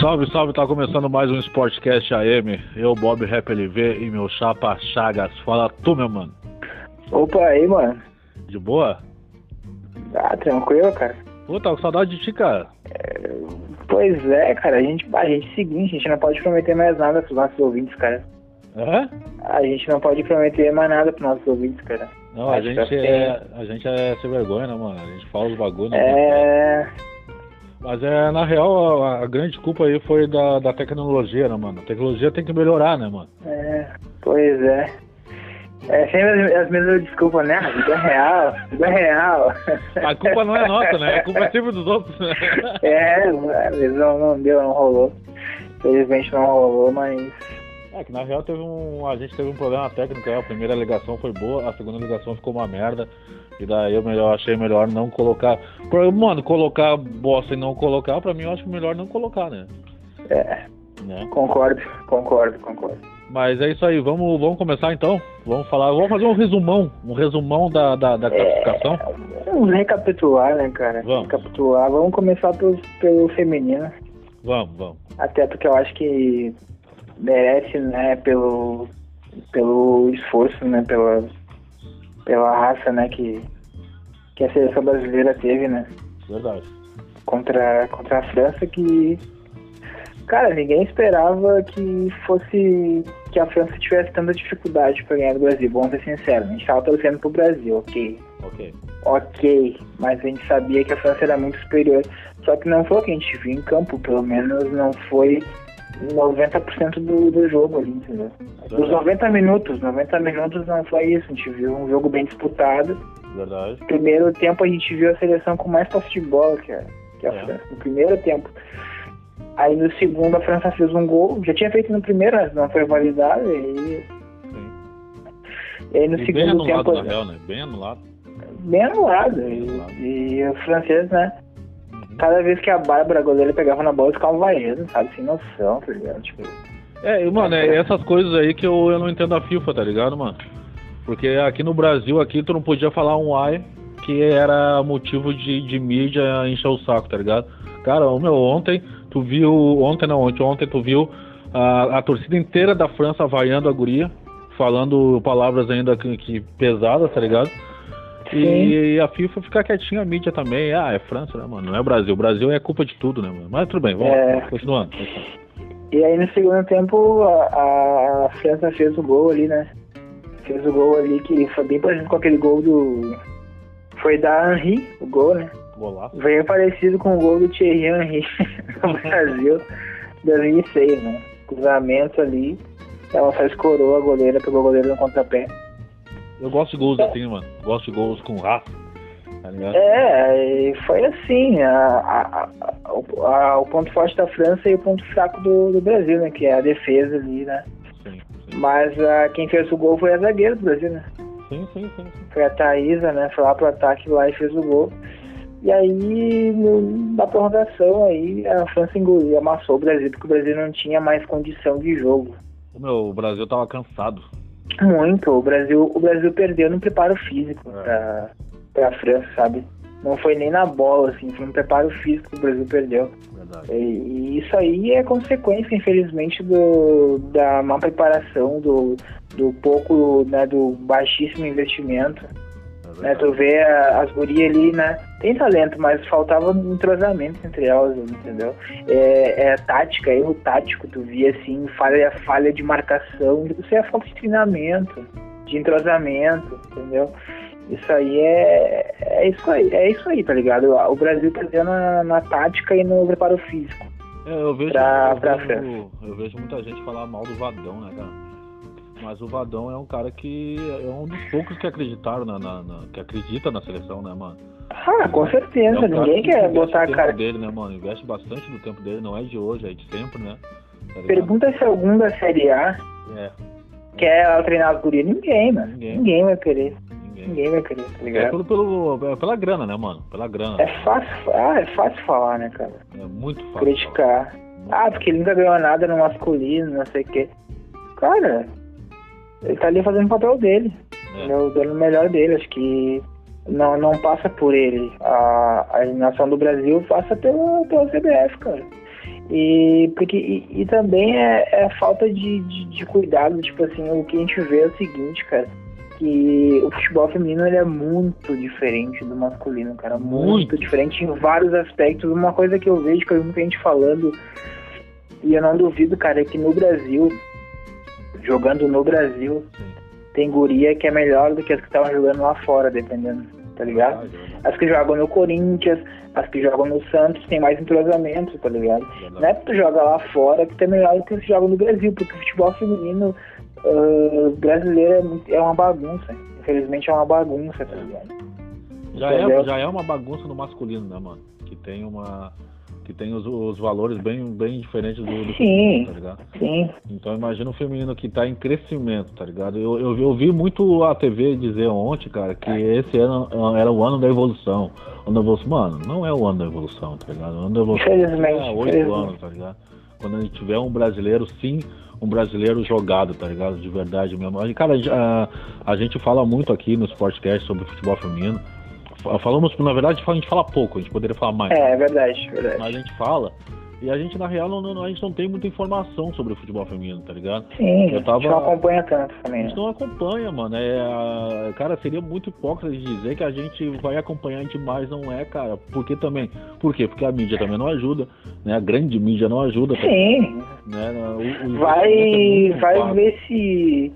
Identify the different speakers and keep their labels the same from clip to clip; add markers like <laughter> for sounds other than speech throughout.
Speaker 1: Salve, salve, tá começando mais um Sportcast AM. Eu, Bob Rap LV e meu chapa Chagas. Fala tu, meu mano.
Speaker 2: Opa, aí, mano.
Speaker 1: De boa?
Speaker 2: Ah, tranquilo, cara.
Speaker 1: Pô, tá com saudade de ti, cara.
Speaker 2: Pois é, cara, a gente, a gente é o seguinte, a gente não pode prometer mais nada pros nossos ouvintes, cara.
Speaker 1: É?
Speaker 2: A gente não pode prometer mais nada pros nossos ouvintes, cara.
Speaker 1: Não, a
Speaker 2: Acho
Speaker 1: gente
Speaker 2: que
Speaker 1: é,
Speaker 2: assim-
Speaker 1: a gente é sem vergonha, né, mano? A gente fala os bagulho, né?
Speaker 2: É.
Speaker 1: Mas é, na real, a, a grande culpa aí foi da, da tecnologia, né, mano? A tecnologia tem que melhorar, né, mano?
Speaker 2: É. Pois é. É sempre as, as mesmas desculpas, né? A vida é real, a vida é real.
Speaker 1: A culpa não é nossa, né? A culpa é sempre dos outros, né?
Speaker 2: <laughs> É, às vezes não, não deu, não rolou. Infelizmente não rolou, mas.
Speaker 1: É que na real teve um. A gente teve um problema técnico, aí, a primeira ligação foi boa, a segunda ligação ficou uma merda. E daí eu melhor, achei melhor não colocar. Por- Mano, colocar bosta e não colocar, pra mim eu acho melhor não colocar, né?
Speaker 2: É,
Speaker 1: Né?
Speaker 2: concordo, concordo, concordo.
Speaker 1: Mas é isso aí, vamos, vamos começar então. Vamos falar, vamos fazer um resumão, um resumão da, da,
Speaker 2: É.
Speaker 1: da classificação.
Speaker 2: Vamos recapitular, né, cara?
Speaker 1: Vamos.
Speaker 2: Recapitular. Vamos começar pelo, pelo feminino.
Speaker 1: Vamos, vamos.
Speaker 2: Até porque eu acho que merece, né, pelo, pelo esforço, né, pela, pela raça, né, que, que a seleção brasileira teve, né,
Speaker 1: Verdade.
Speaker 2: contra, contra a França, que, cara, ninguém esperava que fosse, que a França tivesse tanta dificuldade pra ganhar do Brasil, vamos ser sinceros, a gente tava torcendo pro Brasil, ok,
Speaker 1: Ok.
Speaker 2: ok, mas a gente sabia que a França era muito superior. Só que não foi o que a gente viu em campo, pelo menos não foi 90% do, do jogo ali, entendeu? Dos
Speaker 1: Verdade.
Speaker 2: 90 minutos, 90 minutos não foi isso, a gente viu um jogo bem disputado.
Speaker 1: Verdade.
Speaker 2: No primeiro tempo a gente viu a seleção com mais posse de bola que a, que a
Speaker 1: É.
Speaker 2: França, no primeiro tempo. Aí no segundo a França fez um gol, já tinha feito no primeiro, mas não foi validado, e,
Speaker 1: Sim.
Speaker 2: e aí no
Speaker 1: E bem
Speaker 2: segundo
Speaker 1: anulado,
Speaker 2: tempo é.
Speaker 1: na real, né? Bem anulado.
Speaker 2: bem anulado.
Speaker 1: Bem
Speaker 2: E,
Speaker 1: anulado.
Speaker 2: e o francês, né?
Speaker 1: Uhum.
Speaker 2: Cada vez que a Bárbara, a goleira, pegava na bola, ficava vaiando, sabe? Sem noção, tá ligado? Tipo,
Speaker 1: É, e, mano, é essas coisas aí que eu, eu não entendo a FIFA, tá ligado, mano? Porque aqui no Brasil, aqui, tu não podia falar um ai que era motivo de, de mídia encher o saco, tá ligado? Cara, ô, meu, ontem tu viu. Ontem não, ontem, ontem tu viu a, a torcida inteira da França vaiando a guria, falando palavras ainda que, que pesadas, tá ligado? E, a FIFA fica quietinha, a mídia também. Ah, é França, né, mano? Não é Brasil. Brasil é culpa de tudo, né, mano? Mas tudo bem, vamos
Speaker 2: É.
Speaker 1: lá, continuando. continuando.
Speaker 2: e aí no segundo tempo, a, a França fez o gol ali, né? Fez o gol ali que foi bem parecido com aquele gol do. Foi da Henry, o gol, né?
Speaker 1: Golaço.
Speaker 2: Veio parecido com o gol do Thierry Henry <laughs> no Brasil 2006, né? Cruzamento ali, ela só escorou a goleira, pegou a goleira no contrapé.
Speaker 1: Eu gosto de gols assim, mano. Gosto de gols com raça. Tá ligado?
Speaker 2: É, e foi assim, a, a- a- o- a- o ponto forte da França e o ponto fraco do, do Brasil, né? Que é a defesa ali, né?
Speaker 1: Sim, sim.
Speaker 2: Mas ah, quem fez o gol foi a zagueira do Brasil, né?
Speaker 1: Sim, sim, sim. sim.
Speaker 2: Foi a Thaísa, né? Foi lá pro ataque lá e fez o gol. E aí, no- na prorrogação aí, a França engoliu, amassou o Brasil, porque o Brasil não tinha mais condição de jogo.
Speaker 1: Meu, o Brasil tava cansado.
Speaker 2: Muito. O Brasil, o Brasil perdeu no preparo físico
Speaker 1: É.
Speaker 2: pra, pra França, sabe? Não foi nem na bola, assim, foi no preparo físico que o Brasil perdeu.
Speaker 1: Verdade.
Speaker 2: E, e isso aí é consequência, infelizmente, do, da má preparação, do, do pouco, né, do baixíssimo investimento.
Speaker 1: É
Speaker 2: Né?
Speaker 1: verdade.
Speaker 2: Tu vê a- as gurias ali, né? Tem talento, mas faltava um entrosamento entre elas, entendeu? É, é tática, erro tático, tu via assim, falha, falha de marcação, isso aí é falta de treinamento, de entrosamento, entendeu? Isso aí é, é isso aí, é isso aí, tá ligado? O Brasil perdeu na, na tática e no preparo físico.
Speaker 1: É, eu, vejo,
Speaker 2: pra-
Speaker 1: eu,
Speaker 2: pra
Speaker 1: vejo, eu vejo muita gente falar mal do Vadão, né, cara? Mas o Vadão é um cara que é um dos poucos que acreditaram na, na- na- que acredita na seleção, né, mano?
Speaker 2: Ah, com
Speaker 1: É um
Speaker 2: certeza,
Speaker 1: cara
Speaker 2: ninguém
Speaker 1: que
Speaker 2: quer
Speaker 1: investe
Speaker 2: botar
Speaker 1: o
Speaker 2: a
Speaker 1: tempo
Speaker 2: cara.
Speaker 1: dele, né, mano? Investe bastante do tempo dele, não é de hoje, é de sempre, né? Tá ligado?
Speaker 2: Pergunta se algum da Série A
Speaker 1: É,
Speaker 2: quer treinar as gurias. Ninguém, mano.
Speaker 1: Ninguém.
Speaker 2: ninguém vai querer.
Speaker 1: ninguém.
Speaker 2: Ninguém vai querer, tá
Speaker 1: É
Speaker 2: ligado?
Speaker 1: pelo, pelo, é pela grana, né, mano? Pela grana.
Speaker 2: É fácil, ah, é fácil falar, né, cara?
Speaker 1: É muito fácil.
Speaker 2: Criticar.
Speaker 1: Muito
Speaker 2: Ah, porque ele nunca ganhou nada no masculino, não sei o quê. Cara, ele tá ali fazendo o papel dele.
Speaker 1: É.
Speaker 2: Ele é o dono melhor dele. Acho que não, não passa por ele. A, a eliminação do Brasil passa pela, pela CBF, cara. E, porque, e, e também é, é falta de, de, de cuidado, tipo assim, o que a gente vê é o seguinte, cara, que o futebol feminino ele é muito diferente do masculino, cara, muito,
Speaker 1: Muito.
Speaker 2: diferente em vários aspectos. Uma coisa que eu vejo, que eu vi muita gente falando, e eu não duvido, cara, é que no Brasil, jogando no Brasil, tem guria que é melhor do que as que estavam jogando lá fora, dependendo, tá ligado?
Speaker 1: Verdade, verdade,
Speaker 2: As que jogam no Corinthians, as que jogam no Santos, tem mais entrosamento, tá ligado?
Speaker 1: verdade.
Speaker 2: Não é porque tu joga lá fora que tu é melhor do que tu joga no Brasil, porque o futebol feminino ah, brasileiro é, muito- é uma bagunça. Infelizmente é uma bagunça, tá ligado?
Speaker 1: Já é,
Speaker 2: Entendeu?
Speaker 1: já é uma bagunça no masculino, né, mano? Que tem uma. Que tem os, os valores bem, bem diferentes do, do
Speaker 2: Sim.
Speaker 1: tá ligado?
Speaker 2: Sim,
Speaker 1: Então imagina um feminino que tá em crescimento, tá ligado? Eu, eu, vi- eu vi muito a TV dizer ontem, cara, que
Speaker 2: É.
Speaker 1: esse ano ah, era o ano da evolução. O ano da evolução. Mano, não é o ano da evolução, tá ligado? O ano da evolução
Speaker 2: Infelizmente,
Speaker 1: é oito
Speaker 2: infelizmente.
Speaker 1: anos, tá ligado? Quando a gente tiver um brasileiro, sim, um brasileiro jogado, tá ligado? De verdade mesmo. Aí, Cara, a, a gente fala muito aqui nos podcasts sobre futebol feminino. Fa- Falamos, na verdade, a gente fala pouco, a gente poderia falar mais.
Speaker 2: é, é verdade, é verdade.
Speaker 1: Mas a gente fala. E a gente, na real, não, não- a gente não tem muita informação sobre o futebol feminino, tá ligado?
Speaker 2: Sim,
Speaker 1: Eu tava-
Speaker 2: a gente não acompanha tanto
Speaker 1: A
Speaker 2: também. né?
Speaker 1: gente não acompanha, mano. É, a- cara, seria muito hipócrita de dizer que a gente vai acompanhar demais, não é, cara. Porque também. Por quê? Porque a mídia também não ajuda, né? A grande mídia não ajuda,
Speaker 2: Sim,
Speaker 1: né? O- o investimento é
Speaker 2: vai,
Speaker 1: muito
Speaker 2: vai
Speaker 1: pago.
Speaker 2: ver se.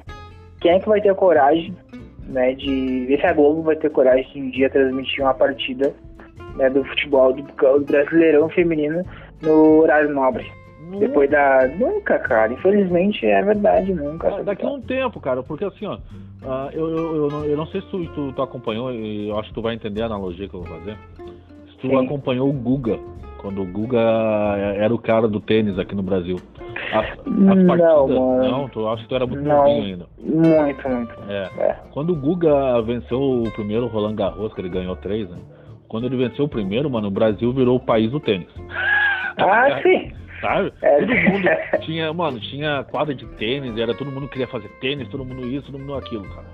Speaker 2: Quem é que vai ter coragem, né? De ver se a Globo vai ter coragem de um dia transmitir uma partida né, do futebol do, do Brasileirão Feminino no horário nobre.
Speaker 1: Não-
Speaker 2: Depois da. Nunca, cara. Infelizmente é verdade, nunca.
Speaker 1: cara, daqui a um tempo, cara, porque assim, ó, ah, eu, eu, eu não, eu não sei se tu, tu, tu acompanhou, e eu acho que tu vai entender a analogia que eu vou fazer. Se tu
Speaker 2: Sim.
Speaker 1: acompanhou o Guga, quando o Guga era o cara do tênis aqui no Brasil. As, as
Speaker 2: Não,
Speaker 1: partidas.
Speaker 2: mano.
Speaker 1: Não, tu acho que tu era muito
Speaker 2: Não.
Speaker 1: novinho ainda.
Speaker 2: Muito, muito.
Speaker 1: É.
Speaker 2: É.
Speaker 1: Quando o Guga venceu o primeiro Roland Garros, que ele ganhou três, né? Quando ele venceu o primeiro, mano, o Brasil virou o país do tênis.
Speaker 2: Ah, sim.
Speaker 1: Sabe?
Speaker 2: É.
Speaker 1: Todo mundo tinha, mano, tinha quadra de tênis, era todo mundo queria fazer tênis, todo mundo isso, todo mundo aquilo, cara.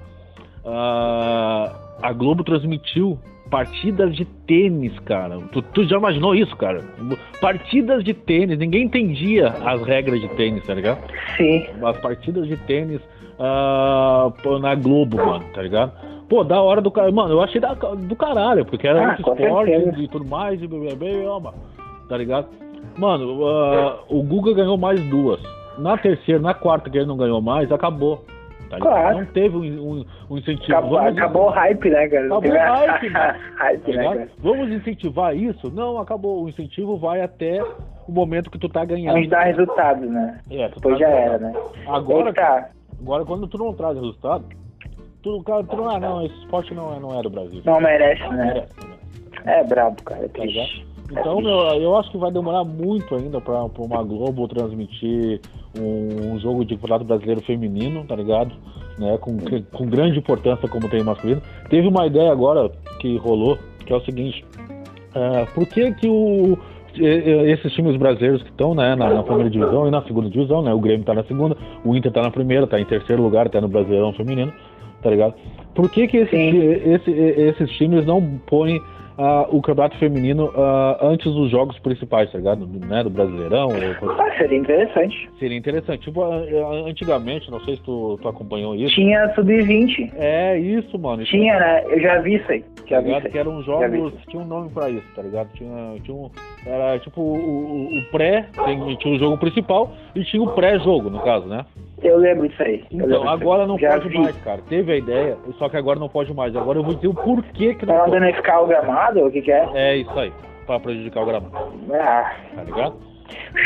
Speaker 1: Ah, a Globo transmitiu partidas de tênis, cara. Tu, tu já imaginou isso, cara? Partidas de tênis, ninguém entendia as regras de tênis, tá ligado?
Speaker 2: Sim.
Speaker 1: as partidas de tênis ah, pô, na Globo, mano, tá ligado? Pô, da hora do cara. Mano, eu achei da- do caralho, porque era
Speaker 2: Ah,
Speaker 1: muito
Speaker 2: com
Speaker 1: esporte
Speaker 2: certeza.
Speaker 1: e tudo mais, e blá, blá, blá, blá, tá ligado? Mano, ah, o Guga ganhou mais duas. Na terceira, na quarta que ele não ganhou mais, acabou. tá ligado?
Speaker 2: Claro.
Speaker 1: Não teve um, um- um incentivo.
Speaker 2: Acabou,
Speaker 1: Vamos-
Speaker 2: acabou o hype, né, cara? <laughs>
Speaker 1: Acabou o hype, né? Tá
Speaker 2: hype, né,
Speaker 1: ligado?
Speaker 2: cara?
Speaker 1: Vamos incentivar isso? Não, acabou. O incentivo vai até o momento que tu tá ganhando.
Speaker 2: Antes dá resultado, né?
Speaker 1: É, tu
Speaker 2: Depois
Speaker 1: tá
Speaker 2: já
Speaker 1: ganhando.
Speaker 2: era, né?
Speaker 1: Agora,
Speaker 2: Aí tá.
Speaker 1: Agora, quando tu não traz resultado, tu, cara, tu não, ah, não, esse esporte não é, não é do Brasil.
Speaker 2: Não merece, né?
Speaker 1: Merece, né?
Speaker 2: É brabo, cara. É
Speaker 1: Tá
Speaker 2: triste.
Speaker 1: Então, meu, eu acho que vai demorar muito ainda pra, pra uma Globo transmitir um, um jogo de campeonato brasileiro feminino, tá ligado? Né, com, com grande importância como tem o masculino. Teve uma ideia agora que rolou, que é o seguinte. ah, por que que o, e- e- esses times brasileiros que estão né, na, na primeira divisão e na segunda divisão, né? O Grêmio tá na segunda, o Inter tá na primeira, tá em terceiro lugar, tá no Brasileirão Feminino, tá ligado? Por que que esses,
Speaker 2: Sim.
Speaker 1: ti- esse- e- esses times não põem ah, o campeonato feminino ah, antes dos jogos principais, tá ligado? Do, né, do Brasileirão, ou coisa-
Speaker 2: Ah, seria interessante.
Speaker 1: seria interessante. Tipo, ah, ah, antigamente, não sei se tu, tu acompanhou isso.
Speaker 2: Tinha sub-20.
Speaker 1: É isso, mano. Isso
Speaker 2: Tinha, né? Eu já vi isso aí.
Speaker 1: tá
Speaker 2: Já vi
Speaker 1: ligado?
Speaker 2: isso
Speaker 1: Que
Speaker 2: aí.
Speaker 1: eram
Speaker 2: vi
Speaker 1: jogos,
Speaker 2: isso.
Speaker 1: tinha um nome pra isso, tá ligado? Tinha, tinha um, era tipo o, o- o pré, tem- tinha o jogo principal e tinha o pré-jogo, no caso, né?
Speaker 2: Eu lembro disso aí. Eu lembro
Speaker 1: Então,
Speaker 2: disso aí.
Speaker 1: agora não
Speaker 2: já
Speaker 1: pode
Speaker 2: vi.
Speaker 1: mais, cara. Teve a ideia, só que agora não pode mais. Agora eu vou dizer o porquê que
Speaker 2: Tá
Speaker 1: não pode.
Speaker 2: danificar o gramado? O que que é?
Speaker 1: É isso aí, pra prejudicar o gramado,
Speaker 2: Ah,
Speaker 1: tá ligado?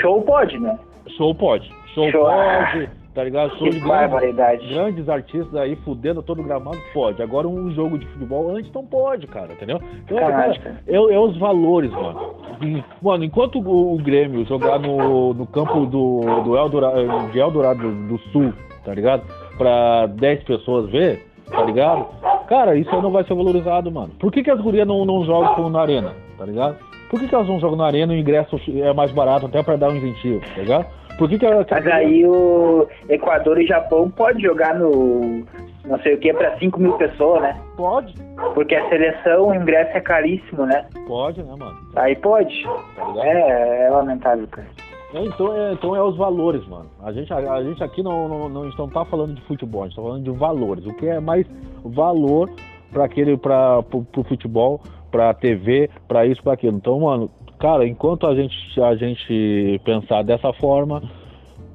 Speaker 2: show pode, né?
Speaker 1: Show pode, show,
Speaker 2: Show.
Speaker 1: pode, tá ligado? Show
Speaker 2: Que
Speaker 1: de grandes,
Speaker 2: barbaridade.
Speaker 1: grandes artistas aí fudendo todo o gramado, pode. Agora um jogo de futebol antes não pode, cara, entendeu? Então, cara,
Speaker 2: Sacanagem, cara.
Speaker 1: É, é os valores, mano. Hum, Mano, enquanto o, o Grêmio jogar no, no campo do, do Eldorado, de Eldorado do, do Sul, tá ligado? Pra 10 pessoas ver, tá ligado? Cara, isso aí não vai ser valorizado, mano. Por que, que as gurias não, não jogam na arena, tá ligado? Por que, que elas não jogam na arena e o ingresso é mais barato até pra dar um incentivo, tá ligado? Por que, que a- que a
Speaker 2: Mas aí o Equador e Japão pode jogar no não sei o que pra 5 mil pessoas, né?
Speaker 1: pode?
Speaker 2: Porque a seleção, o ingresso é caríssimo, né?
Speaker 1: Pode, né, mano?
Speaker 2: Aí pode.
Speaker 1: Tá ligado?
Speaker 2: É, é lamentável, cara.
Speaker 1: É, então, é, então é os valores, mano. A gente, a, a gente aqui não, não, não, a gente não tá falando de futebol, a gente tá falando de valores. O que é mais valor para aquele, para pro, pro futebol, pra TV, pra isso, pra aquilo. Então, mano, cara, enquanto a gente, a gente pensar dessa forma,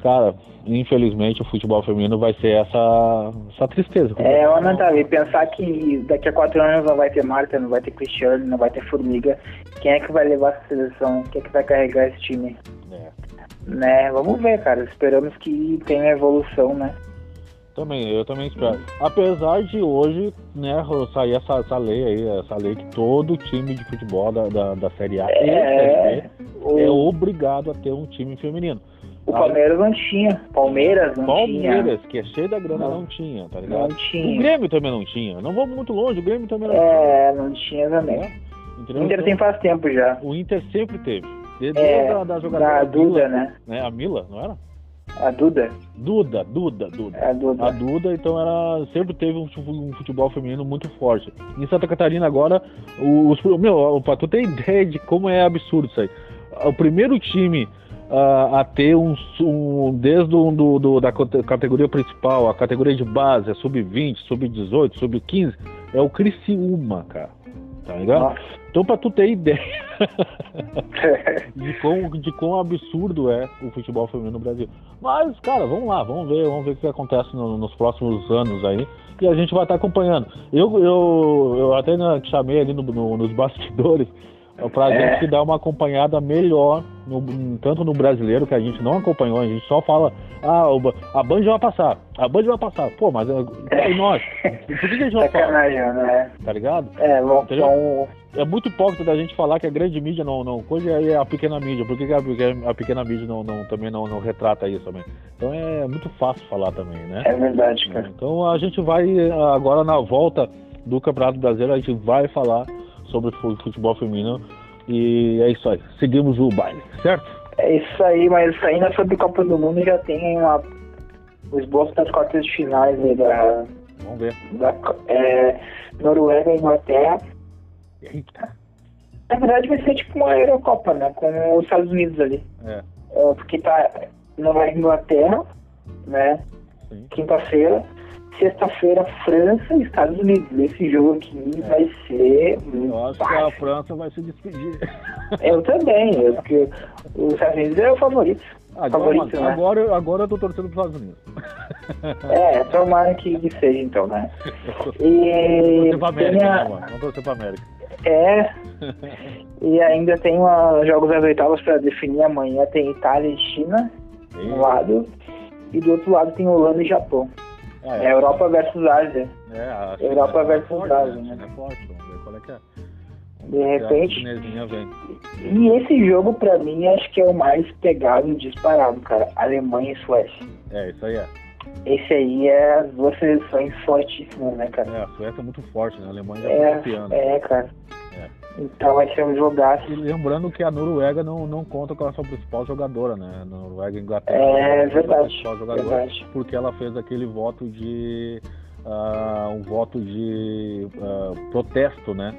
Speaker 1: cara, infelizmente o futebol feminino vai ser essa, essa tristeza.
Speaker 2: É lamentável. E pensar que daqui a quatro anos não vai ter Marta, não vai ter Cristiano, não vai ter Formiga. Quem é que vai levar essa seleção? Quem é que vai carregar esse time? É. Né? Vamos ver, cara. Esperamos que tenha evolução, né?
Speaker 1: Também, eu também espero. Apesar de hoje, né, sair essa, essa lei aí, essa lei que todo time de futebol da, da, da Série A é, e o... é obrigado a ter um time feminino.
Speaker 2: O Palmeiras não tinha. Palmeiras não
Speaker 1: Palmeiras,
Speaker 2: tinha.
Speaker 1: Palmeiras, que é cheio da grana, não. não, tinha, tá ligado?
Speaker 2: Não tinha.
Speaker 1: O Grêmio também não tinha. Não vamos muito longe, o Grêmio também não Então,
Speaker 2: é, tinha. É, não tinha também. É? Entendeu? O Inter tem faz tempo já.
Speaker 1: O Inter sempre teve.
Speaker 2: Desde é, da, da jogadora. Da Duda, Duda né?
Speaker 1: né? A Mila, não era?
Speaker 2: A Duda.
Speaker 1: Duda, Duda, Duda.
Speaker 2: É a Duda.
Speaker 1: A Duda, então ela sempre teve um futebol feminino muito forte. Em Santa Catarina agora, os, meu, pra tu ter ideia de como é absurdo isso aí. O primeiro time a, a ter um, um desde um, do, do, da categoria principal, a categoria de base, é sub-20, sub-18, sub-15, é o Criciúma, cara. Tá ligado?
Speaker 2: Ah.
Speaker 1: Nossa. Então, pra tu ter ideia <laughs> de, quão, de quão absurdo é o futebol feminino no Brasil. Mas, cara, vamos lá, vamos ver, vamos ver o que acontece no, nos próximos anos aí. E a gente vai estar tá acompanhando. Eu, eu, eu até né, chamei ali no, no, nos bastidores pra é. gente dar uma acompanhada melhor, no, tanto no brasileiro, que a gente não acompanhou, a gente só fala, ah, a Band vai passar, a Band vai passar, pô, mas é, e
Speaker 2: <laughs>
Speaker 1: nós? Por que a gente não fala?
Speaker 2: Né?
Speaker 1: Tá ligado?
Speaker 2: É, bom, bom,
Speaker 1: É muito hipócrita da gente falar que a grande mídia não, não coisa e a pequena mídia. Por que a, a pequena mídia não, não, também não, não retrata isso também? Então é muito fácil falar também, né?
Speaker 2: É verdade, cara.
Speaker 1: Então a gente vai agora na volta do Campeonato Brasileiro, a gente vai falar sobre futebol feminino. E é isso aí. Seguimos o baile, certo?
Speaker 2: É isso aí, mas ainda sobre Copa do Mundo já tem uma, o esboço das quartas de finais aí da.
Speaker 1: Vamos ver.
Speaker 2: Da, é, Noruega e Inglaterra.
Speaker 1: Eita.
Speaker 2: Na verdade vai ser tipo uma Eurocopa, né? Com os Estados Unidos ali.
Speaker 1: É.
Speaker 2: é porque tá Noruega e Inglaterra, né? Quinta-feira sexta-feira, França e Estados Unidos. Esse jogo aqui é. vai ser.
Speaker 1: Eu acho fácil. que a França vai se
Speaker 2: <laughs>
Speaker 1: despedir.
Speaker 2: Eu também, eu, porque os Estados Unidos é o favorito.
Speaker 1: Agora,
Speaker 2: favorito,
Speaker 1: né? agora, agora eu tô torcendo pros Estados Unidos. <laughs>
Speaker 2: É, tomara que, que seja então, né? E.
Speaker 1: Não pra América, a... né, Não torcer pra América.
Speaker 2: É. <laughs> e ainda tem uma, jogos das oitavas para definir amanhã. Tem Itália e China, de um lado, e do outro lado tem Holanda e Japão. Ah, é, é, Europa versus Ásia.
Speaker 1: É,
Speaker 2: Europa versus
Speaker 1: forte,
Speaker 2: Ásia,
Speaker 1: né? É forte, vamos ver qual é que é.
Speaker 2: De repente.
Speaker 1: né?
Speaker 2: E esse jogo, pra mim, acho que é o mais pegado e disparado, cara. Alemanha e Suécia.
Speaker 1: É, isso aí é.
Speaker 2: Esse aí é as duas seleções fortíssimas, né, cara?
Speaker 1: É, a Suécia é muito forte, né? A Alemanha já
Speaker 2: é,
Speaker 1: tá campeã.
Speaker 2: É, cara. É. Então vai ser um jogaço.
Speaker 1: E lembrando que a Noruega não, não conta com a sua principal jogadora, né? A Noruega e Inglaterra.
Speaker 2: É verdade,
Speaker 1: verdade. Porque ela fez aquele voto de. Uh, um voto de uh, protesto, né?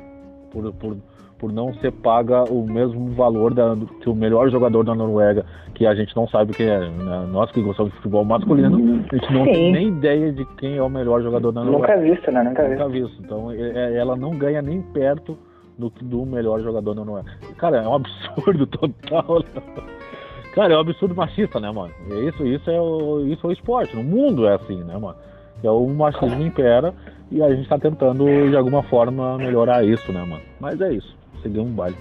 Speaker 1: Por, por, por não ser paga o mesmo valor da, que o melhor jogador da Noruega, que a gente não sabe quem é. Né? Nós que gostamos de futebol masculino, hum, a gente não
Speaker 2: sim.
Speaker 1: tem nem ideia de quem é o melhor jogador da Noruega.
Speaker 2: Nunca visto, né? Nunca,
Speaker 1: Nunca visto. visto. Então é, ela não ganha nem perto do, do melhor jogador da Noruega. Cara, é um <laughs> absurdo total. Cara, é um absurdo machista, né, mano? Isso, isso, é o, isso é o esporte. No mundo é assim, né, mano? que é o machismo impera e a gente tá tentando de alguma forma melhorar isso, né, mano? Mas é isso, seguir um baile.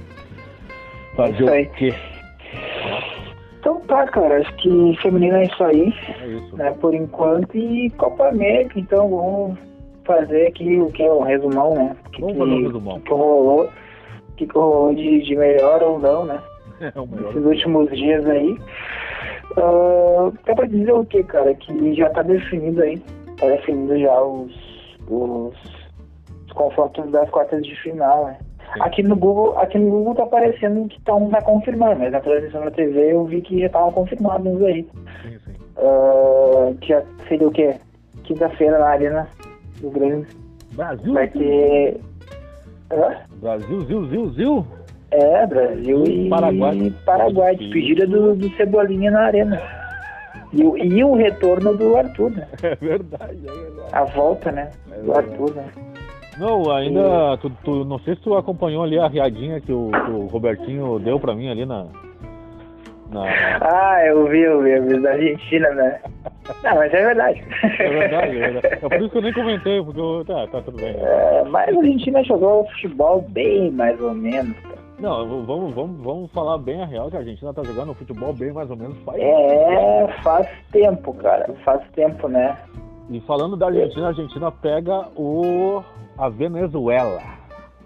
Speaker 1: Fazer é o quê?
Speaker 2: Então tá, cara, acho que feminino é isso aí,
Speaker 1: é isso.
Speaker 2: né, por enquanto, e Copa América, então vamos fazer aqui o que é um resumão, né?
Speaker 1: Que, vamos fazer um resumão.
Speaker 2: Que rolou, que rolou de, de melhor ou não, né?
Speaker 1: <laughs> É, o melhor.
Speaker 2: Esses últimos dias aí. Uh, dá pra dizer o que, cara? Que já tá definido aí tá definindo já os, os, os, confrontos das quartas de final, né? Sim. Aqui no Google, aqui no Google tá aparecendo que tá, um tá confirmando, mas na transmissão da TV eu vi que já tava confirmado uns aí.
Speaker 1: Sim, sim.
Speaker 2: Uh, que já seria o quê? Quinta-feira na Arena do Grêmio.
Speaker 1: Brasil?
Speaker 2: Vai ter. Hã?
Speaker 1: Brasil, Zil, <laughs> Zil, Zil?
Speaker 2: É, Brasil e
Speaker 1: Paraguai.
Speaker 2: e Paraguai, despedida do, do Cebolinha na arena. E, o- e o retorno do Arthur, né?
Speaker 1: É verdade, é verdade.
Speaker 2: A volta, né?
Speaker 1: É
Speaker 2: Do
Speaker 1: verdade.
Speaker 2: Arthur, né?
Speaker 1: Não, ainda. Tu, tu- não sei se tu acompanhou ali a riadinha que o, que o Robertinho deu pra mim ali na. na-
Speaker 2: Ah, eu vi, eu vi, eu vi da Argentina, né? Não, mas é verdade.
Speaker 1: É verdade, é verdade. É por isso que eu nem comentei, porque eu. Tá, tá tudo bem.
Speaker 2: <laughs> É, mas a Argentina jogou futebol bem, mais ou menos. cara.
Speaker 1: Não, v- vamos, vamos, vamos falar bem a real que a Argentina tá jogando futebol bem mais ou menos faz.
Speaker 2: É, faz tempo, cara. Faz tempo, né?
Speaker 1: E falando da Argentina, a Argentina pega o a Venezuela.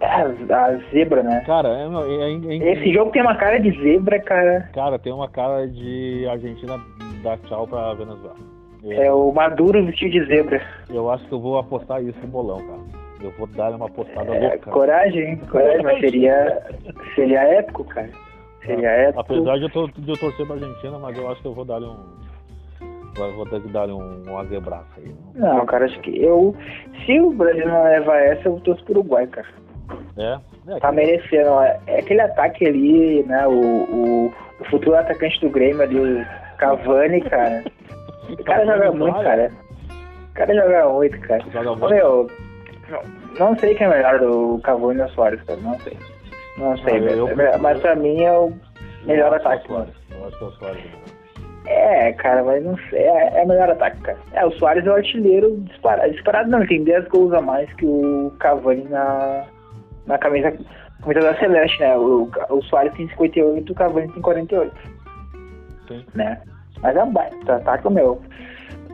Speaker 2: A, É, a zebra, né?
Speaker 1: Cara, é, é, é- é-
Speaker 2: Esse jogo tem uma cara de zebra, cara.
Speaker 1: cara, tem uma cara de Argentina dar tchau pra Venezuela. Eu,
Speaker 2: É o Maduro vestido de zebra.
Speaker 1: eu acho que eu vou apostar isso no bolão, cara. Eu vou dar uma apostada
Speaker 2: É,
Speaker 1: louca.
Speaker 2: coragem, hein? coragem, mas seria, seria épico, cara. Seria épico.
Speaker 1: Tá? Ah, Apesar de eu, tor- de eu torcer pra Argentina, mas eu acho que eu vou dar um. Vou vou ter que dar um, uma zebraça aí. não?
Speaker 2: Não, cara, acho que eu. Se o Brasil não levar essa, eu torço pro Uruguai, cara.
Speaker 1: É? É,
Speaker 2: Tá merecendo. ó. É aquele ataque ali, né? O, o, o futuro atacante do Grêmio ali, o Cavani,
Speaker 1: <laughs>
Speaker 2: cara. O cara joga muito, cara. O cara joga muito, cara.
Speaker 1: Joga muito.
Speaker 2: Ô, meu, não, não sei quem é melhor, o Cavani ou o Soares, cara. Não sei. Não sei,
Speaker 1: Ah, eu-
Speaker 2: mas- mas pra mim é o melhor
Speaker 1: Eu acho que é o
Speaker 2: ataque, mano.
Speaker 1: Suárez. Eu acho que é o Suárez. né?
Speaker 2: É, cara, mas não sei. É, é melhor ataque, cara. É, o Soares é o artilheiro disparado. Disparado não, ele tem 10 gols a mais que o Cavani na, na camisa, camisa da Celeste, né? O, o Soares tem 58, o Cavani tem 48,
Speaker 1: Sim.
Speaker 2: né? Mas é um baita ataque, meu.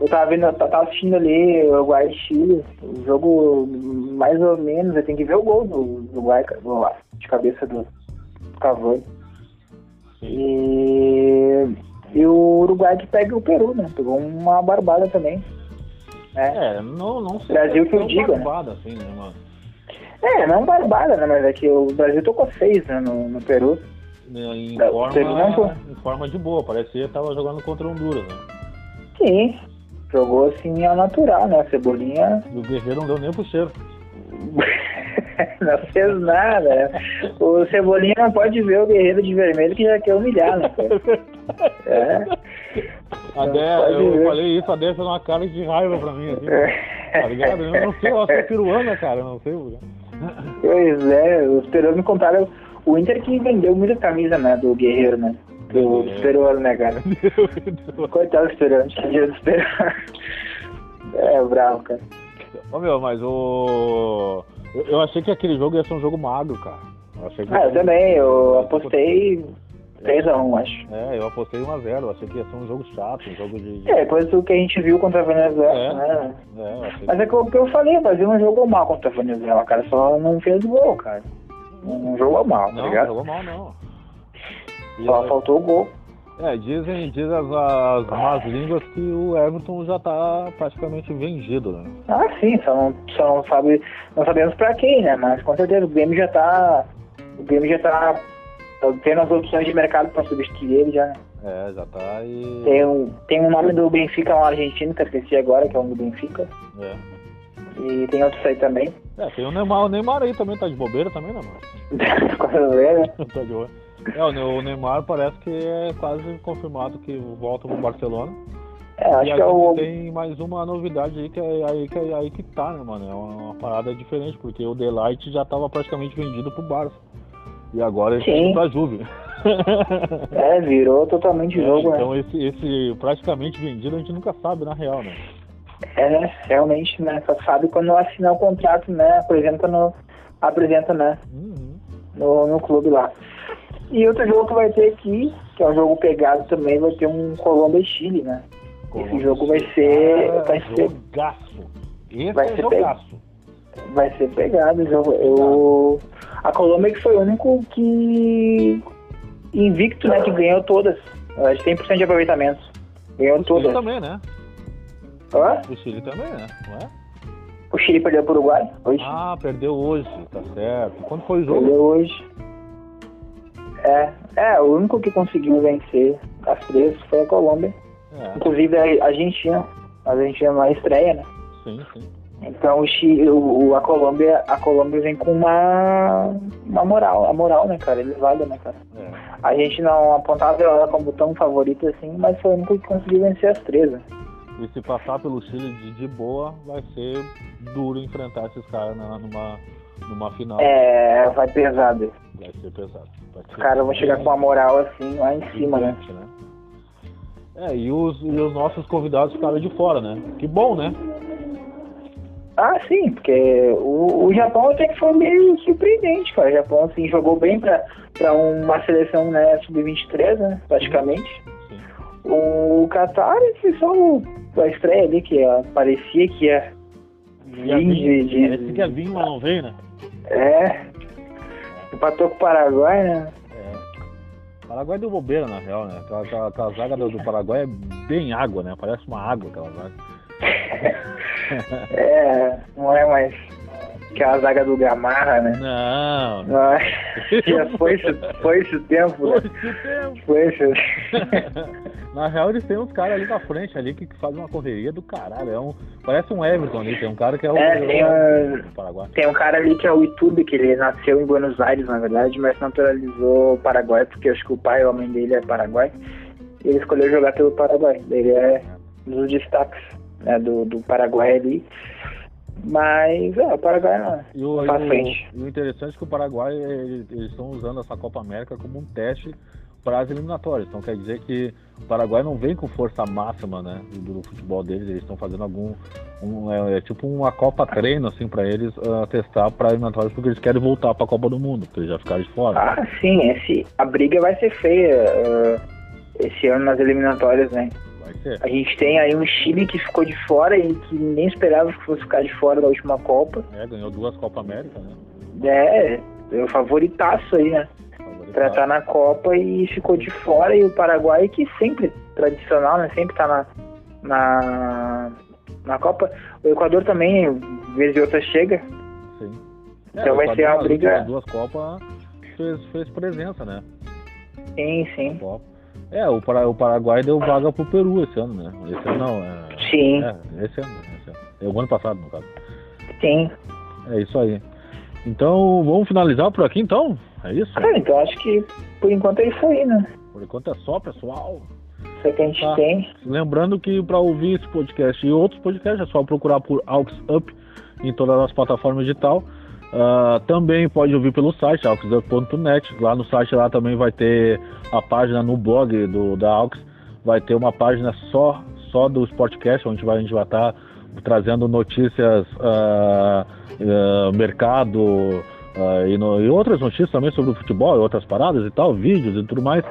Speaker 2: Eu tava vendo, eu tava assistindo ali o Uruguai e Chile, o jogo mais ou menos, eu tenho que ver o gol do do Uruguai, cara, vamos lá, de cabeça do Cavani.
Speaker 1: Sim.
Speaker 2: E, e o Uruguai que pega o Peru, né? Pegou uma barbada também. Né?
Speaker 1: É, não, não sei.
Speaker 2: Brasil que eu
Speaker 1: Tão
Speaker 2: digo, né?
Speaker 1: barbada, assim, né, mano?
Speaker 2: É, não barbada, né? Mas é que o Brasil tocou seis né, no, no Peru.
Speaker 1: Né, Em
Speaker 2: Não,
Speaker 1: forma,
Speaker 2: teve um. não, pô.
Speaker 1: em forma de boa, parece que tava jogando contra Honduras, né?
Speaker 2: Sim. Jogou assim ao natural, né? A Cebolinha
Speaker 1: E o Guerreiro não deu nem pro
Speaker 2: <laughs>
Speaker 1: cheiro. <laughs>
Speaker 2: não fez nada, né? O Cebolinha não pode ver o Guerreiro de Vermelho que já quer humilhar, né? cara? É.
Speaker 1: A
Speaker 2: Não,
Speaker 1: Dé,
Speaker 2: pode
Speaker 1: eu
Speaker 2: ver.
Speaker 1: falei isso, a Dé fez uma cara de raiva pra mim, assim,
Speaker 2: É.
Speaker 1: tá ligado? Eu não sei, eu acho que é peruana, cara, eu não sei.
Speaker 2: <laughs>
Speaker 1: pô.
Speaker 2: Pois é, os peruanos me contaram o Inter que vendeu muita camisa, né? Do Guerreiro, né? Do, do peruano, né, cara? Coitado do esperante, que dia do esperante. É, bravo, cara.
Speaker 1: Ô, meu, mas o... Eu, eu achei que aquele jogo ia ser um jogo magro, cara. Eu achei que-
Speaker 2: Ah, eu também, eu apostei 3x1, acho.
Speaker 1: É, eu apostei 1x0, eu achei que ia ser um jogo chato, um jogo de... de-
Speaker 2: É, depois do que a gente viu contra a Venezuela,
Speaker 1: É.
Speaker 2: né?
Speaker 1: É, eu achei
Speaker 2: Mas é que o que eu falei, o Brasil não jogou mal contra a Venezuela, cara, só não fez gol, cara. Não não jogou mal, tá
Speaker 1: Não,
Speaker 2: ligado?
Speaker 1: jogou mal, não. E,
Speaker 2: Só faltou o gol.
Speaker 1: é, dizem, dizem as, as más línguas que o Everton já tá praticamente vendido, né?
Speaker 2: Ah, sim, só não, só não sabe, não sabemos pra quem, né? Mas com certeza o Grêmio já tá. O Grêmio já tá tendo as opções de mercado pra substituir ele já, né?
Speaker 1: É, já tá e...
Speaker 2: Tem um, tem um nome do Benfica lá argentino, que eu esqueci agora, que é o nome do Benfica.
Speaker 1: É.
Speaker 2: E tem outros aí também. <laughs>
Speaker 1: É, tem o Neymar, o Neymar aí também tá de bobeira também, né, mano? <laughs>
Speaker 2: Brasileiro.
Speaker 1: Tá de olho. É, o Ne- o Neymar parece que é quase confirmado que volta pro Barcelona.
Speaker 2: é, acho
Speaker 1: e
Speaker 2: que é
Speaker 1: a
Speaker 2: o.
Speaker 1: gente tem mais uma novidade aí que é aí que, é, aí que tá, né, mano? É uma, uma parada diferente, porque o Delight já tava praticamente vendido pro Barça. E agora ele tá
Speaker 2: Sim.
Speaker 1: indo pra
Speaker 2: <laughs>
Speaker 1: Juve.
Speaker 2: É, virou totalmente jogo, né?
Speaker 1: então esse, esse praticamente vendido a gente nunca sabe, na real, né?
Speaker 2: É, né? Realmente, né? Só sabe quando assinar o contrato, né? Apresenta no. Apresenta, né?
Speaker 1: Uhum.
Speaker 2: No, no clube lá. E outro jogo que vai ter aqui, que é um jogo pegado também, vai ter um Colômbia e Chile, né? Esse jogo vai ser.
Speaker 1: Ah,
Speaker 2: vai ser,
Speaker 1: jogaço. Esse
Speaker 2: vai
Speaker 1: é
Speaker 2: ser
Speaker 1: jogaço.
Speaker 2: vai ser pegado o jogo. Eu, a Colômbia que foi o único que. invicto, né? Que ganhou todas. Eu acho que 100% de aproveitamento. Ganhou
Speaker 1: O Chile
Speaker 2: todas.
Speaker 1: também, né?
Speaker 2: Hã?
Speaker 1: O Chile também, né? Não é?
Speaker 2: O Chile perdeu pro Uruguai hoje.
Speaker 1: Ah, perdeu hoje, tá certo. Quando foi o jogo?
Speaker 2: perdeu hoje. É, é, o único que conseguiu vencer as três foi a Colômbia.
Speaker 1: É,
Speaker 2: Inclusive a Argentina. A Argentina na estreia, né?
Speaker 1: sim, sim.
Speaker 2: Então o Chile, o, o- a Colômbia, a Colômbia vem com uma, uma moral, a moral, né, cara? Eles valem, né, cara?
Speaker 1: É.
Speaker 2: A gente não apontava ela como tão favorita assim, mas foi a única que conseguiu vencer as três, né?
Speaker 1: E se passar pelo Chile de, de boa, vai ser duro enfrentar esses caras na- numa, numa final.
Speaker 2: É, vai pesado.
Speaker 1: Vai ser pesado. Vai ser
Speaker 2: Os caras vão chegar com uma moral assim lá em cima, né?
Speaker 1: gigante, né? É, e os, e os nossos convidados ficaram de fora, né? Que bom, né?
Speaker 2: Ah, sim, porque o, o Japão até que foi meio surpreendente, cara. O Japão, assim, jogou bem pra, pra uma seleção, né, sub-23, né, praticamente.
Speaker 1: Sim.
Speaker 2: O Qatar, assim, só o- a estreia ali, que ó, parecia que ia vir de... de-
Speaker 1: Esse que é vinho, mas não vem, né?
Speaker 2: É, empatou com o Paraguai, né?
Speaker 1: É. Paraguai deu bobeira, na real, né? Aquela, aquela, aquela zaga do, do Paraguai é bem água, né? Parece uma água aquela zaga. <laughs>
Speaker 2: É, não é mais aquela zaga do Gamarra, né?
Speaker 1: Não, não.
Speaker 2: Não é. <laughs> Já foi esse, foi esse tempo, né?
Speaker 1: Poxa, tempo. <laughs>
Speaker 2: Foi esse... <laughs>
Speaker 1: Na real, eles têm uns caras ali na frente ali que, que fazem uma correria do caralho. É um, parece um Everton ali, tem um cara que é o
Speaker 2: É, tem um-
Speaker 1: do Paraguai.
Speaker 2: Tem um cara ali que é o YouTube, que ele nasceu em Buenos Aires, na verdade, mas naturalizou Paraguai, porque acho que o pai ou a mãe dele é Paraguai. E ele escolheu jogar pelo Paraguai. Ele é um dos destaques né, do, do Paraguai ali. Mas, é, o Paraguai não.
Speaker 1: E o,
Speaker 2: Pra
Speaker 1: e o-
Speaker 2: frente.
Speaker 1: e o interessante é que o Paraguai, ele- eles estão usando essa Copa América como um teste para as eliminatórias. Então quer dizer que o Paraguai não vem com força máxima, né? Do, do futebol deles, eles estão fazendo algum. um- é, é tipo uma Copa treino, assim, para eles ah, testar para eliminatórias, porque eles querem voltar para a Copa do Mundo, porque eles já ficaram de fora.
Speaker 2: Ah, sim, esse, a briga vai ser feia ah, esse ano nas eliminatórias, né?
Speaker 1: Vai ser.
Speaker 2: A gente tem aí um Chile que ficou de fora e que nem esperava que fosse ficar de fora da última Copa.
Speaker 1: É, ganhou duas Copa América, né?
Speaker 2: É, é o favoritaço aí, né?
Speaker 1: tá
Speaker 2: pra estar na Copa e ficou de fora. E o Paraguai, que sempre tradicional, né? Sempre tá na, na, na Copa. O Equador também, vez e outra, chega.
Speaker 1: Sim.
Speaker 2: Então vai
Speaker 1: É, o
Speaker 2: ser uma
Speaker 1: Equador,
Speaker 2: briga-
Speaker 1: nas duas Copas fez, fez presença, né?
Speaker 2: Sim, sim.
Speaker 1: Copa. É, o, Para- o Paraguai deu vaga pro Peru esse ano, né? Esse ano não, é.
Speaker 2: Sim,
Speaker 1: É, esse ano, esse ano. É o ano passado, no caso.
Speaker 2: sim.
Speaker 1: É isso aí. Então, vamos finalizar por aqui então? É isso?
Speaker 2: Cara, então acho que por enquanto é isso aí, né?
Speaker 1: Por enquanto é só, pessoal.
Speaker 2: Isso é que a gente
Speaker 1: Tá.
Speaker 2: tem.
Speaker 1: Lembrando que para ouvir esse podcast e outros podcasts é só procurar por Aux Up em todas as plataformas digital. Ah, também pode ouvir pelo site auxup.net. Lá no site lá também vai ter a página no blog do da Aux, vai ter uma página só só do Sportcast, onde vai- a gente vai estar trazendo notícias ah, ah, mercado ah, e, no- e outras notícias também sobre o futebol e outras paradas e tal, vídeos e tudo mais.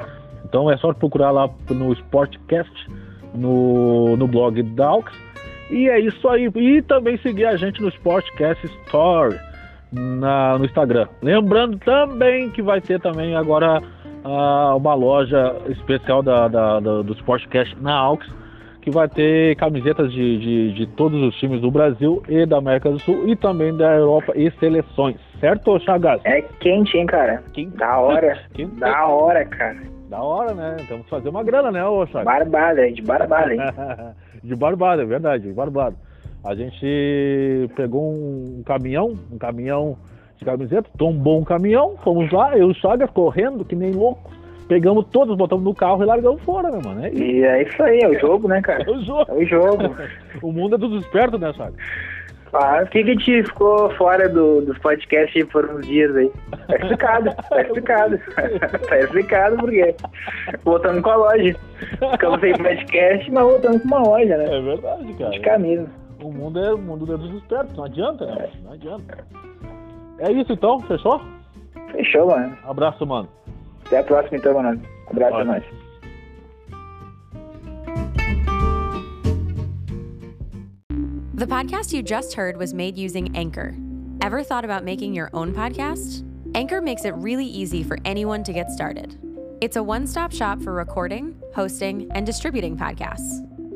Speaker 1: Então é só procurar lá no Sportcast no, no blog da Aux. E é isso aí. E também seguir a gente no Sportcast Story na- no Instagram. Lembrando também que vai ter também agora ah, uma loja especial da, da- da- do Sportcast na Aux, que vai ter camisetas de, de- de todos os times do Brasil e da América do Sul e também da Europa e seleções. Certo, Chagas?
Speaker 2: É quente, hein, cara?
Speaker 1: Quem-
Speaker 2: Da hora.
Speaker 1: quem-
Speaker 2: Da hora, cara.
Speaker 1: Da hora, né? Temos que fazer uma grana, né, ô Chagas?
Speaker 2: Barbada, de barbada,
Speaker 1: É.
Speaker 2: hein?
Speaker 1: <laughs> de Barbado, é verdade, de Barbado. A gente pegou um caminhão, um caminhão de camiseta, tombou um caminhão, fomos lá, eu e o Chagas correndo, que nem louco. Pegamos todos, botamos no carro e largamos fora, né, mano? É isso. <laughs>
Speaker 2: E é isso aí, é o jogo, né, cara?
Speaker 1: É o jogo.
Speaker 2: É o jogo.
Speaker 1: O mundo é dos espertos, né, Chagas?
Speaker 2: Claro. Por que, que a gente ficou fora do, do podcast aí por uns dias aí? Tá explicado, tá explicado. <laughs> tá explicado por quê. Voltando com a loja. Ficamos sem podcast, mas voltando com uma loja, né?
Speaker 1: É verdade,
Speaker 2: De
Speaker 1: cara.
Speaker 2: camisa.
Speaker 1: O mundo é o mundo é dos espertos, não adianta, né? Não adianta. É isso então, fechou?
Speaker 2: Fechou, mano.
Speaker 1: Abraço, mano.
Speaker 2: Até a próxima então, mano. Um abraço a
Speaker 1: Olha.
Speaker 2: nós.
Speaker 3: The podcast you just heard was made using Anchor. Ever thought about making your own podcast? Anchor makes it really easy for anyone to get started. It's a one stop shop for recording, hosting, and distributing podcasts.